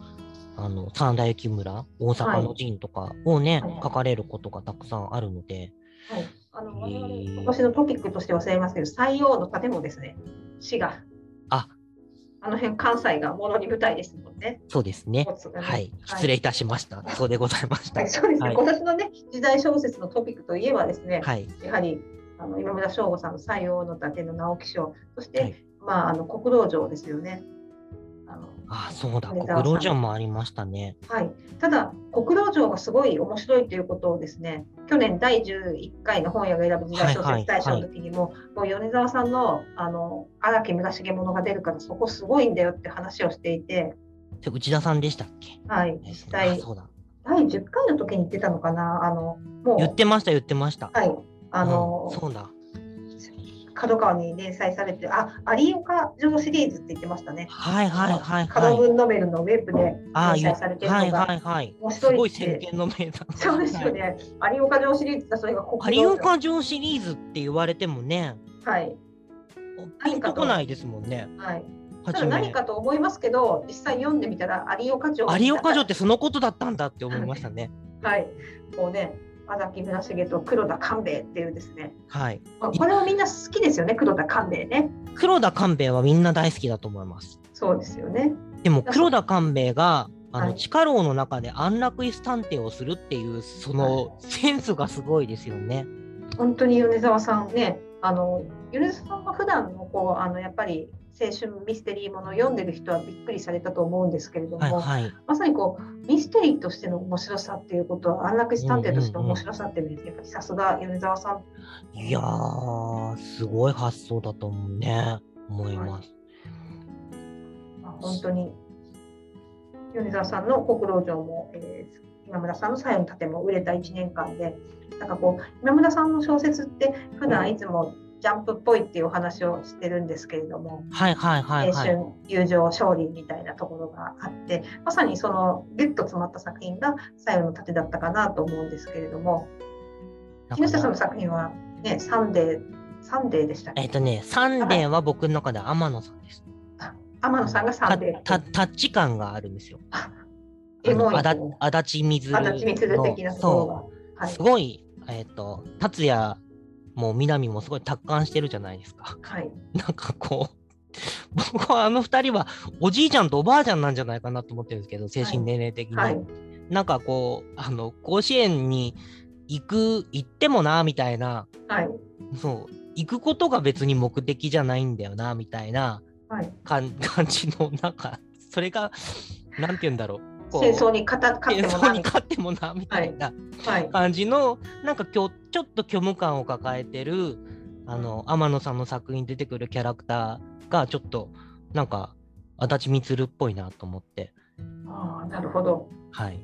S3: あの三大幸村大阪の陣とかをね、
S2: はい
S3: 書かれることがたくさんあるので、
S2: はい、あの
S3: へ
S2: 我々
S3: ー
S2: 今年のトピックとして忘れますけど採用の建物ですね市が
S3: あ
S2: あの辺関西がものに舞台ですもんね。
S3: そうですね
S2: 大。津がね
S3: はい、失礼いたしました。そうでございました
S2: はい、。そうですね、
S3: はい
S2: 今年のね時代小説のトピックといえばですね、
S3: はい、
S2: やはりあの今村翔吾さんの「採用の盾の直木賞」そして、
S3: はい
S2: まあ、あの国道城ですよね。あの
S3: あ、そうだ、
S2: ありがとうご
S3: 国
S2: ざいます
S3: 老城もありましたね。
S2: はい、ただ国道城がすごい面白いということをですね去年第11回の本屋が選ぶ時代小
S3: はいはい
S2: 説大賞の時にも,、もう米沢さんのあの荒木村重物が出るからそこすごいんだよって話をしていて、
S3: で内田さんでしたっけ？
S2: はい、
S3: え
S2: 実
S3: あ、
S2: 際
S3: そうだ。
S2: 第10回の時に言ってたのかなあのもう
S3: 言ってました、言ってました。
S2: はいあの、
S3: うんそうだ。
S2: 角川に連載されてあ有岡城シリーズって言ってましたね。
S3: はいはいはい
S2: 角
S3: はい。
S2: 文ノベルのウェブで
S3: ああ、
S2: 連載
S3: 言っ
S2: されてる
S3: はい
S2: のが、
S3: はいはい。
S2: 面
S3: す
S2: 白
S3: ご
S2: い
S3: い
S2: って
S3: 先見の明だ。
S2: そうですよね、有岡城シリーズだそれが国道
S3: 有岡城シリーズって言われてもね、
S2: はい、
S3: ピンとこないですもんね。
S2: はい、た
S3: 初
S2: だ
S3: め
S2: 何かと思いますけど実際読んでみたら有岡城
S3: 有岡城ってそのことだったんだって思いましたね。
S2: はいこうね荒木村重と黒田官兵衛っていうですね、
S3: はい。
S2: まあ、これはみんな好きですよね黒田官兵衛ね
S3: 黒田官兵衛はみんな大好きだと思います。
S2: そうですよね
S3: でも黒田官兵衛が、あ
S2: は
S3: の、
S2: い
S3: 地下牢の中で安楽椅子探偵をするっていう、そのセンスがすごいですよね。
S2: 本当に米沢さんねあの米沢さんは普段のこうあのやっぱり青春ミステリーものを読んでる人はびっくりされたと思うんですけれども、
S3: はいはい。
S2: まさにこうミステリーとしての面白さっていうことは安楽死探偵としての面白さっていうのはやっぱりさすが米沢さん
S3: いやー、すごい発想だと思うね。思います。
S2: まあ本当に米沢さんの国道城も、えー今村さんの最後の盾も売れた1年間でなんかこう今村さんの小説って普段いつもジャンプっぽいっていうお話をしてるんですけれども
S3: はいはいはい
S2: 青
S3: は
S2: 春
S3: い。
S2: 友情勝利みたいなところがあってまさにそのギュッと詰まった作品が最後の盾だったかなと思うんですけれども
S3: だか
S2: 木
S3: ら
S2: 下さんの作品はね「サンデー」サンデーでしたっけ
S3: えっとね、サンデーは僕の中では天野さんです。
S2: 天野さんがサンデー。
S3: たたタッチ感があるんですよ。
S2: あ
S3: あ
S2: エ
S3: の
S2: モい
S3: あだ足立みずる
S2: 足立みつる的なと
S3: そ
S2: ころ
S3: う、
S2: が。はい
S3: すごい、えっ、と、達也も南もすごい達観してるじゃないですか。
S2: はい、
S3: なんかこう、 僕はあの二人はおじいちゃんとおばあちゃんなんじゃないかなと思ってるんですけど、精神年齢的に。
S2: はい、
S3: なんかこう、あの、甲子園に行く、行ってもな、みたいな、
S2: はい、
S3: そう、行くことが別に目的じゃないんだよな、みたいな
S2: はい。
S3: 感 感じの、なんか、それが、なんて言うんだろう。こう
S2: 戦争に勝た勝って
S3: 戦
S2: も
S3: 争
S2: な
S3: に
S2: い。
S3: 勝ってもな、みたいな
S2: はい、
S3: 感じの、なんか今日、ちょっと虚無感を抱えてる、あの、天野さんの作品に出てくるキャラクターが、ちょっと、なんか、足立みつるっぽいなと思って、
S2: ああ、なるほど。
S3: はい。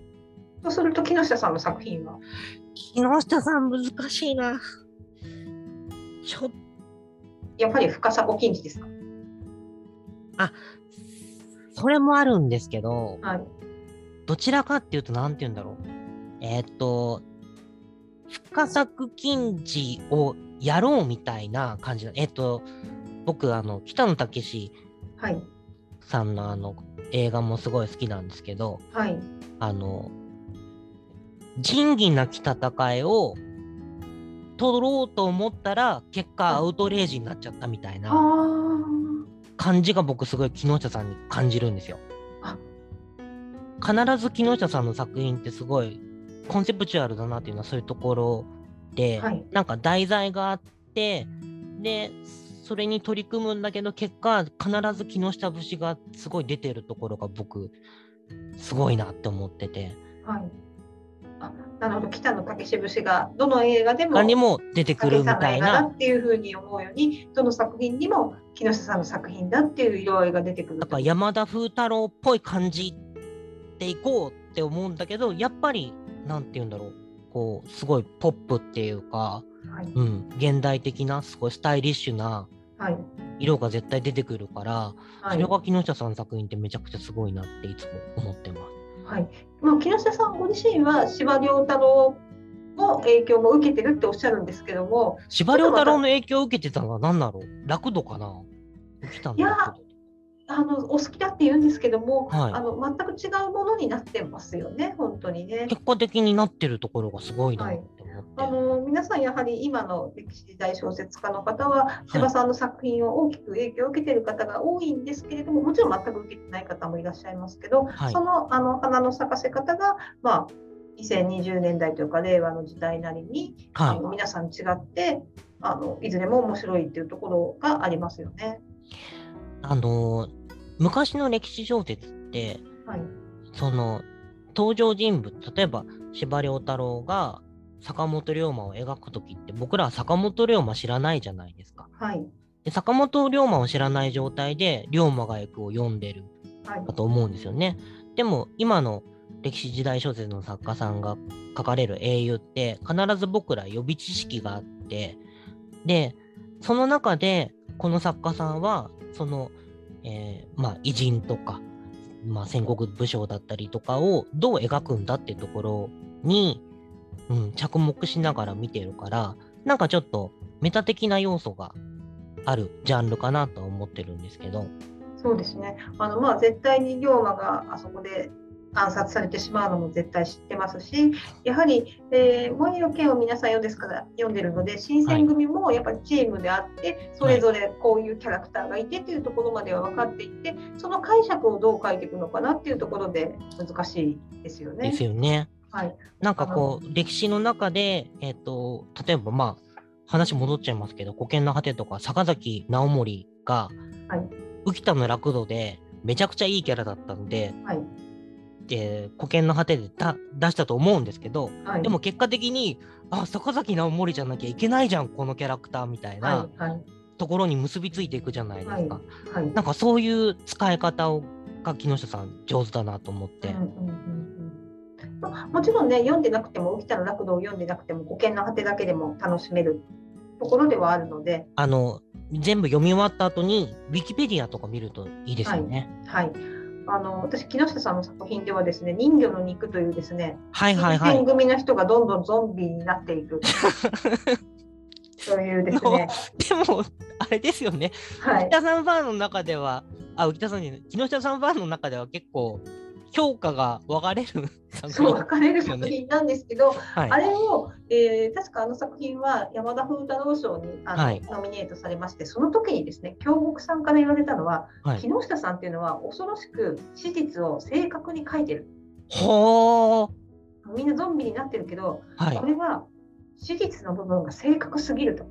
S2: そうすると木下さんの作品は、
S3: 木下さん難しいな。ちょっ
S2: やっぱり深さご禁じですか。
S3: それもあるんですけど、
S2: はい、
S3: どちらかっていうと、なんて言うんだろう。えーっと、深作禁止をやろうみたいな感じの、えーっと、僕、あの、北野武
S2: はい、
S3: さんのあの、映画もすごい好きなんですけど、
S2: はい、
S3: あの、仁義なき戦いを取ろうと思ったら、結果アウトレイジになっちゃったみたい
S2: あ
S3: な。
S2: あ、
S3: 感じが僕すごい木下さんに感じるんですよ
S2: あ。
S3: 必ず木下さんの作品ってすごいコンセプチュアルだなっていうのはそういうところで、
S2: はい
S3: なんか題材があってでそれに取り組むんだけど結果必ず木下節がすごい出てるところが僕すごいなって思ってて
S2: はい。あ、なるほど。北野武節がどの映画でも
S3: 何も出てく
S2: 武
S3: るみ
S2: さんの
S3: た
S2: 映
S3: い
S2: 画だ
S3: な
S2: っていうふうに思うように、どの作品にも木下さんの作品だっていう色合いが出てくる。
S3: なんか山田風太郎っぽい感じでいこうって思うんだけどやっぱりなんて言うんだろうこうすごいポップっていうか、
S2: はい、
S3: うん、現代的なすごいスタイリッシュな
S2: はい、
S3: 色が絶対出てくるから、
S2: は
S3: そ
S2: い
S3: れ。が木下さんの作品ってめちゃくちゃすごいなっていつも思ってます。
S2: はい、まあ、木下さんご自身は司馬遼太郎の影響も受けてるっておっしゃるんですけども、
S3: 司馬遼太郎の影響を受けてたのは何だろう楽度かな起きたん
S2: いや
S3: だ
S2: あのお好きだって言うんですけども、
S3: はい
S2: あの全く違うものになってますよね、本当にね。
S3: 結果的になってるところがすごいなって思って。
S2: あの皆さんやはり今の歴史時代小説家の方は司馬さんの作品を大きく影響を受けている方が多いんですけれどももちろん全く受けてない方もいらっしゃいますけど、
S3: はい
S2: そのあの花の咲かせ方が、まあ、2020年代というか令和の時代なりにあ
S3: はい
S2: の皆さん違ってあのいずれも面白いっていうところがありますよね。
S3: あのー昔の歴史小説って
S2: はい、
S3: その登場人物例えば司馬遼太郎が坂本龍馬を描く時って僕らは坂本龍馬知らないじゃないですか。
S2: はい、
S3: で坂本龍馬を知らない状態で龍馬が行くを読んでる
S2: はい
S3: だ、と思うんですよね。でも今の歴史時代小説の作家さんが書かれる英雄って必ず僕ら予備知識があってでその中でこの作家さんはその、えーまあ偉人とか、まあ、戦国武将だったりとかをどう描くんだってところに、うん、着目しながら見てるからなんかちょっとメタ的な要素があるジャンルかなとは思ってるんですけど。
S2: そうですね。あのまあ絶対に龍馬があそこで暗殺されてしまうのも絶対知ってますし、やはり、えー、森の剣を皆さん読んですから読んでるので、新選組もやっぱりチームであって、それぞれこういうキャラクターがいてというところまでは分かっていて、その解釈をどう書いていくのかなっていうところで難しいですよね
S3: で。すよね。
S2: はい、
S3: なんかこう、歴史の中で、えっ、と、例えばまあ、話戻っちゃいますけど、古剣の果てとか、坂崎直盛が、
S2: はい
S3: 浮田の楽土で、めちゃくちゃいいキャラだったので、
S2: はい、
S3: で古剣の果てでだ出したと思うんですけど、
S2: はい。
S3: でも結果的に、あ、坂崎直盛じゃなきゃいけないじゃん、このキャラクターみたいな
S2: はい、はい、
S3: ところに結びついていくじゃないですか。
S2: はい。
S3: なんかそういう使い方をが木下さん上手だなと思って。
S2: うんうんうんうんまあもちろんね読んでなくても「起きたの楽土」を読んでなくても「保険の果て」だけでも楽しめるところではあるので、
S3: あの、全部読み終わった後に、ウィキペディアとか見るといいですよね。
S2: はい、あの私木下さんの作品ではですね「人魚の肉」というですね
S3: はいはい
S2: 新
S3: はい。
S2: 選組の人がどんどんゾンビになっていくそういうですね。
S3: でも、あれですよね、
S2: はい
S3: 浮。田さんファンの中では、あ、浮田さんじゃない、木下さんファンの中では結構、評価が分かれる作
S2: そう
S3: 品
S2: 分かれる作品なんですけど、あ
S3: はい、
S2: れを、えー確かあの作品は山田風太郎賞にあの、
S3: はい
S2: ノミネートされましてその時にですね京極さんから言われたのは、
S3: はい
S2: 木下さんっていうのは恐ろしく史実を正確に書いてる
S3: ほー、
S2: みんなゾンビになってるけど、
S3: はい、
S2: これは史実の部分が正確すぎると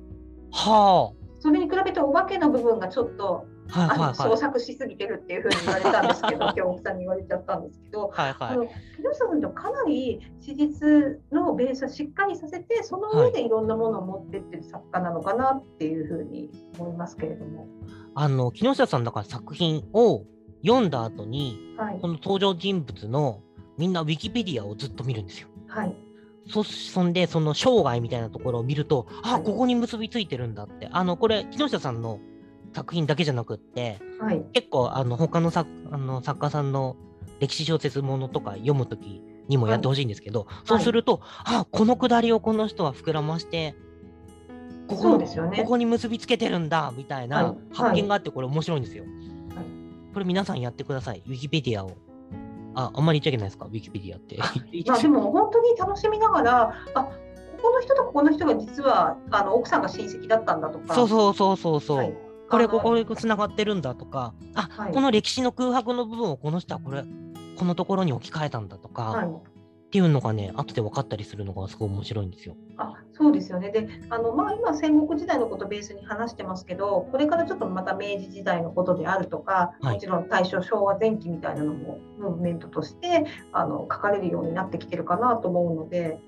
S3: は
S2: それに比べてお化けの部分がちょっと、
S3: あ、はい
S2: あの
S3: はい
S2: 創
S3: はい、
S2: 作しすぎてるっていうふうに言われたんですけ ど京極さんに言われちゃったんですけど、
S3: はい
S2: あ
S3: はい、
S2: の木下さんとかなり史実のベースをしっかりさせてその上でいろんなものを持ってってる作家なのかなっていうふうに思いますけれども、
S3: あの木下さんだから作品を読んだ後に、
S2: はい
S3: この登場人物のみんなウィキペディアをずっと見るんですよ。
S2: はい、
S3: そそんで、その生涯みたいなところを見ると、あ、ここに結びついてるんだって。あの、これ、木下さんの作品だけじゃなくって、
S2: はい、
S3: 結構、あの、他の作あの作家さんの歴史小説ものとか読むときにもやってほしいんですけど、そうすると、あ、このくだりをこの人は膨らまして、ここ
S2: そう
S3: の
S2: ですよ
S3: こ
S2: ね。
S3: こに結びつけてるんだみた
S2: は
S3: いない発見があってこれ面白いんですよ。
S2: はい
S3: これ皆さんやってください。ウィキペディアを。あ、あんまり言っちゃいけないですかウィキペディアって。
S2: まあでも本当に楽しみながらあここの人とここの人が実はあの奥さんが親戚だったんだとか。
S3: そうそうそうそうそう。
S2: はい
S3: これ
S2: あの
S3: ここにつながってるんだとか、あ、
S2: はい
S3: この歴史の空白の部分をこの人はこれこのところに置き換えたんだとか、
S2: はい
S3: っていうのがね後で分かったりするのがすごい面白いんですよ。
S2: あそうですよね。で、あのまあ、今、戦国時代のことをベースに話してますけど、これからちょっとまた明治時代のことであるとか、
S3: はい
S2: もちろん大正、昭和前期みたいなのもムーブメントとしてあの書かれるようになってきてるかなと思うので、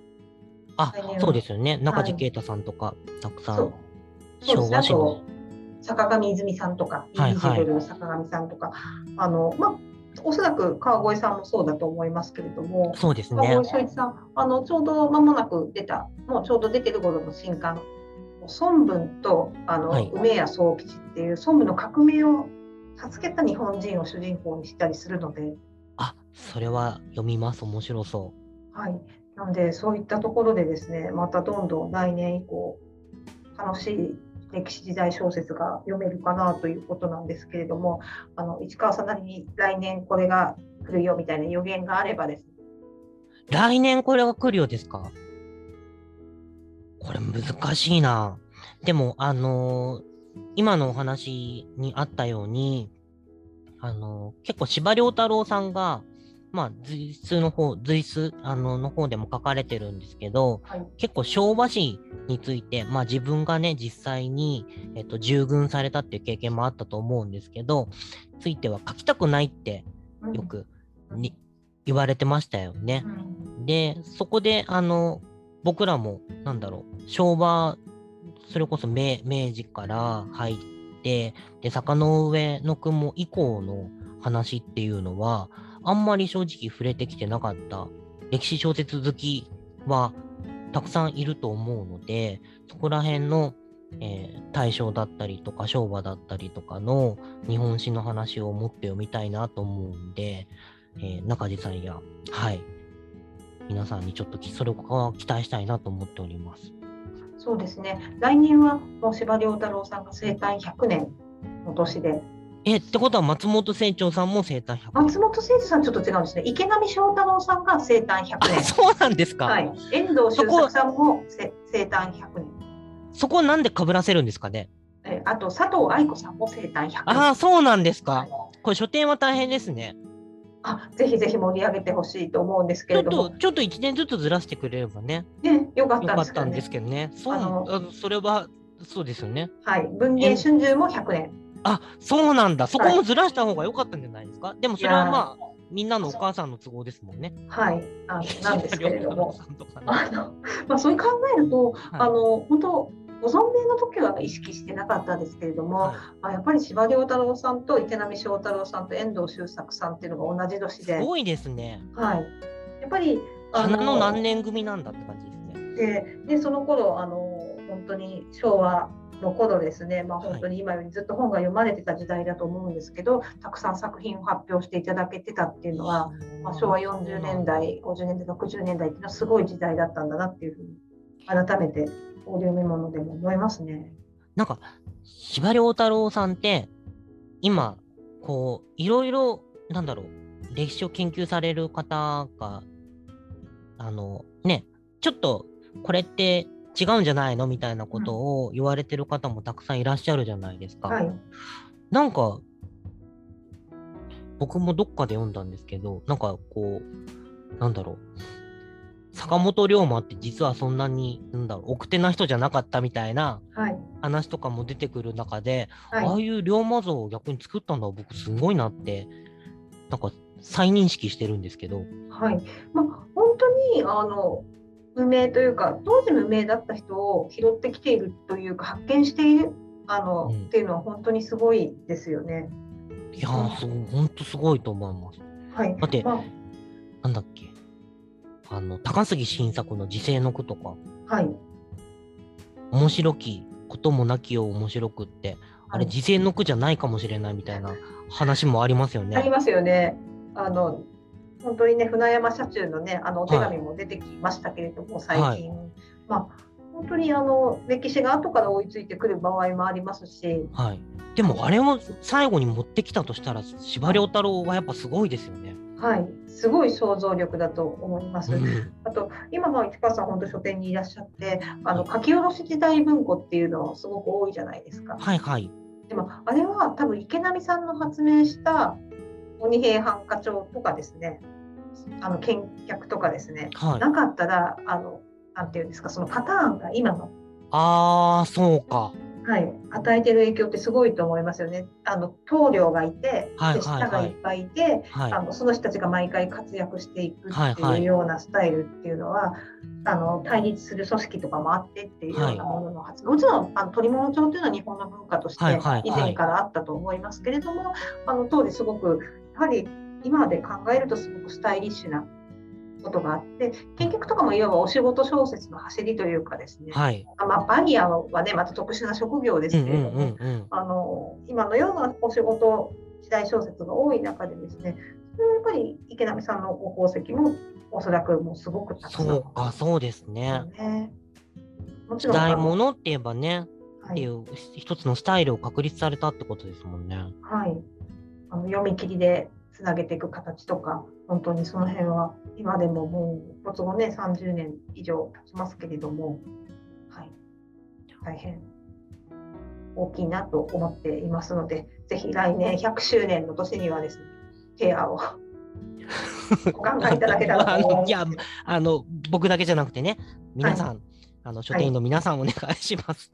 S3: あ
S2: はい、
S3: そうですよね。中地啓太さんとかたくさん、
S2: そうそうで
S3: 昭
S2: すね。あ
S3: 和史の
S2: と、坂上泉さんとか、
S3: はい
S2: イージブルの坂上さんとか、あのまあ、おそらく川越さんもそうだと思いますけれども、
S3: そうですね
S2: 川。越正一さん、あのちょうど間もなく出た、もうちょうど出てる頃の新刊、孫文とあの、
S3: はい
S2: 梅屋宗吉っていう孫文の革命を助けた日本人を主人公にしたりするので、
S3: あ、それは読みます。面白そ
S2: はい、なのでそういったところでですね、またどんどん来年以降、楽しい歴史時代小説が読めるかなということなんですけれども、あの市川さんなりに来年これが来るよみたいな予言があればですね、
S3: う。来年これが来るようですかこれ難しいな。でも、あのー今のお話にあったように、あのー結構司馬遼太郎さんが、まあ、随筆の方、随筆、あの、の方でも書かれてるんですけど、
S2: はい
S3: 結構昭和史について、まあ自分がね、実際に、えっと、従軍されたっていう経験もあったと思うんですけど、ついては書きたくないって
S2: うん
S3: よくに、言われてましたよね
S2: う。ん
S3: で、そこで、あの、僕らも、なんだろう、昭和、それこそ明明治から入って、で、坂の上の雲以降の話っていうのは、あんまり正直触れてきてなかった、歴史小説好きは、たくさんいると思うので、そこら辺の、えー大正だったりとか昭和だったりとかの日本史の話をもっと読みたいなと思うんで、えー中地さんや、はい、皆さんにちょっときそれを期待したいなと思っております。
S2: そうですね。来年はもう司馬遼太郎さんが生誕100年の年で、
S3: え、ってことは松本清張さんも生誕100
S2: 松本清司さんちょっと違うんですね。池上正太郎さんが生誕100
S3: あ、
S2: 年。
S3: そうなんですか。
S2: はい。遠藤周作さんもせ生誕100年。
S3: そこなんで被らせるんですかね。
S2: えあと佐藤愛子さんも生誕100
S3: あ
S2: 年
S3: あ、。そうなんです
S2: は
S3: か
S2: い。
S3: これ書店は大変ですね。
S2: あ、ぜひぜひ盛り上げてほしいと思うんですけ
S3: ちょ
S2: れ
S3: っ
S2: ど
S3: と、
S2: も、
S3: ちょっと1年ずつずらしてくれればね、
S2: ね、よかっ
S3: よ
S2: たんで
S3: かっ
S2: すけど
S3: たんで
S2: ね
S3: す。けどね。そう、
S2: あの
S3: あそれは、そうですよね。
S2: はい。文藝春秋も100年。
S3: あ、そうなんだ。そこもずらした方が良かったんじゃないですか。でもそれはまあ、みんなのお母さんの都合ですもんね。。
S2: はい。あのなんですけれども
S3: さんとかね
S2: あのまあ、そういう考えると、あの本当ご存命の時は意識してなかったですけれども、
S3: はい
S2: あやっぱり司馬遼太郎さんと池波正太郎さんと遠藤周作さんっていうのが同じ年
S3: す
S2: で、
S3: ごいですね。
S2: はい、やっぱりあ
S3: 花の何年組なんだって感じですね。
S2: ででその頃あの本当に昭和の頃ですね、まあ、
S3: はい
S2: 本当に今よりずっと本が読まれてた時代だと思うんですけど、たくさん作品を発表していただけてたっていうのは、まあ、昭和40年代50年代60年代っていうのはすごい時代だったんだなっていうふうに改めてオーディオメモのでも思いますね。
S3: なんか、司馬遼太郎さんって、今、こう、いろいろ、なんだろう、歴史を研究される方が、あの、ね、ちょっと、これって違うんじゃないのみたいなことを言われてる方もたくさんいらっしゃるじゃないですか。
S2: はい。
S3: なんか、僕もどっかで読んだんですけど、なんかこう、なんだろう。坂本龍馬って実はそんなに、なんだろう、奥手な人じゃなかったみたいな
S2: はい。
S3: 話とかも出てくる中で、
S2: はい。
S3: ああいう龍馬像を逆に作ったのは僕すごいなって、なんか再認識してるんですけど。
S2: はい、まあ、本当にあの無名というか当時無名だった人を拾ってきているというか発見しているあの、
S3: うん
S2: っていうのは本当にすごいですよね。
S3: いやー、すごい、ほんとすごいと思います。
S2: はい、
S3: だって、
S2: ま
S3: なんだっけ。あの、高杉晋作の自世の句とか、
S2: あ、はい、
S3: 面白きこともなきよう面白くって、あれ、
S2: はい
S3: 時世の句じゃないかもしれないみたいな話もありますよね。
S2: ありますよね。あの本当にね船山社中のねあのお手紙も出てきましたけれども、最近、まあ本当にあの歴史が後から追いついてくる場合もありますし、
S3: はい。でも、あれを最後に持ってきたとしたら、司馬遼太郎はやっぱすごいですよね。
S2: はい、すごい想像力だと思います。
S3: うん
S2: あと今の市川さん本当書店にいらっしゃってあの書き下ろし時代文庫っていうのすごく多いじゃないですか。
S3: はいはい。
S2: でもあれは多分池波さんの発明した鬼平犯科帳とかですねあの見客とかですね
S3: はい。
S2: なかったらあのなんていうんですかそのパターンが今の、
S3: あー、そうか。
S2: はい、与えてる影響ってすごいと思いますよね。あの棟梁がいて
S3: はいはいはい
S2: 手下がいっぱいいて、
S3: はい
S2: あ。のその人たちが毎回活躍していく
S3: はい
S2: って
S3: はいいう
S2: ようなスタイルっていうのは、あの対立する組織とかもあってっていうようなものの発、もちろんあの取り物帳というのは日本の文化として
S3: はいはいはい
S2: 以前からあったと思いますけれども、あの当時すごくやはり今で考えるとすごくスタイリッシュなことがあって結局とかもいわばお仕事小説の走りというかですね、
S3: はい。
S2: あまあ、バニアはねまた特殊な職業です
S3: う
S2: け
S3: ん
S2: れ
S3: う
S2: ども。
S3: んうんうん。
S2: あの今のようなお仕事時代小説が多い中でですねそれはやっぱり池波さんのご功績もおそらくもうすごくたくさん
S3: そうか、そうですね。
S2: ね。もち
S3: 時
S2: ろん
S3: 代
S2: あの
S3: 物って言えばね、
S2: は
S3: ってい
S2: い、
S3: う一つのスタイルを確立されたってことですもんね。
S2: はい、あの読み切りでつなげていく形とか本当にその辺は今でももう没後ね30年以上経ちますけれども、はい、大変大きいなと思っていますのでぜひ来年100周年の年にはですねペアをご考えいただけたらと思います。
S3: いやあの僕だけじゃなくてね皆さん、あの書店員の皆さんお願いします。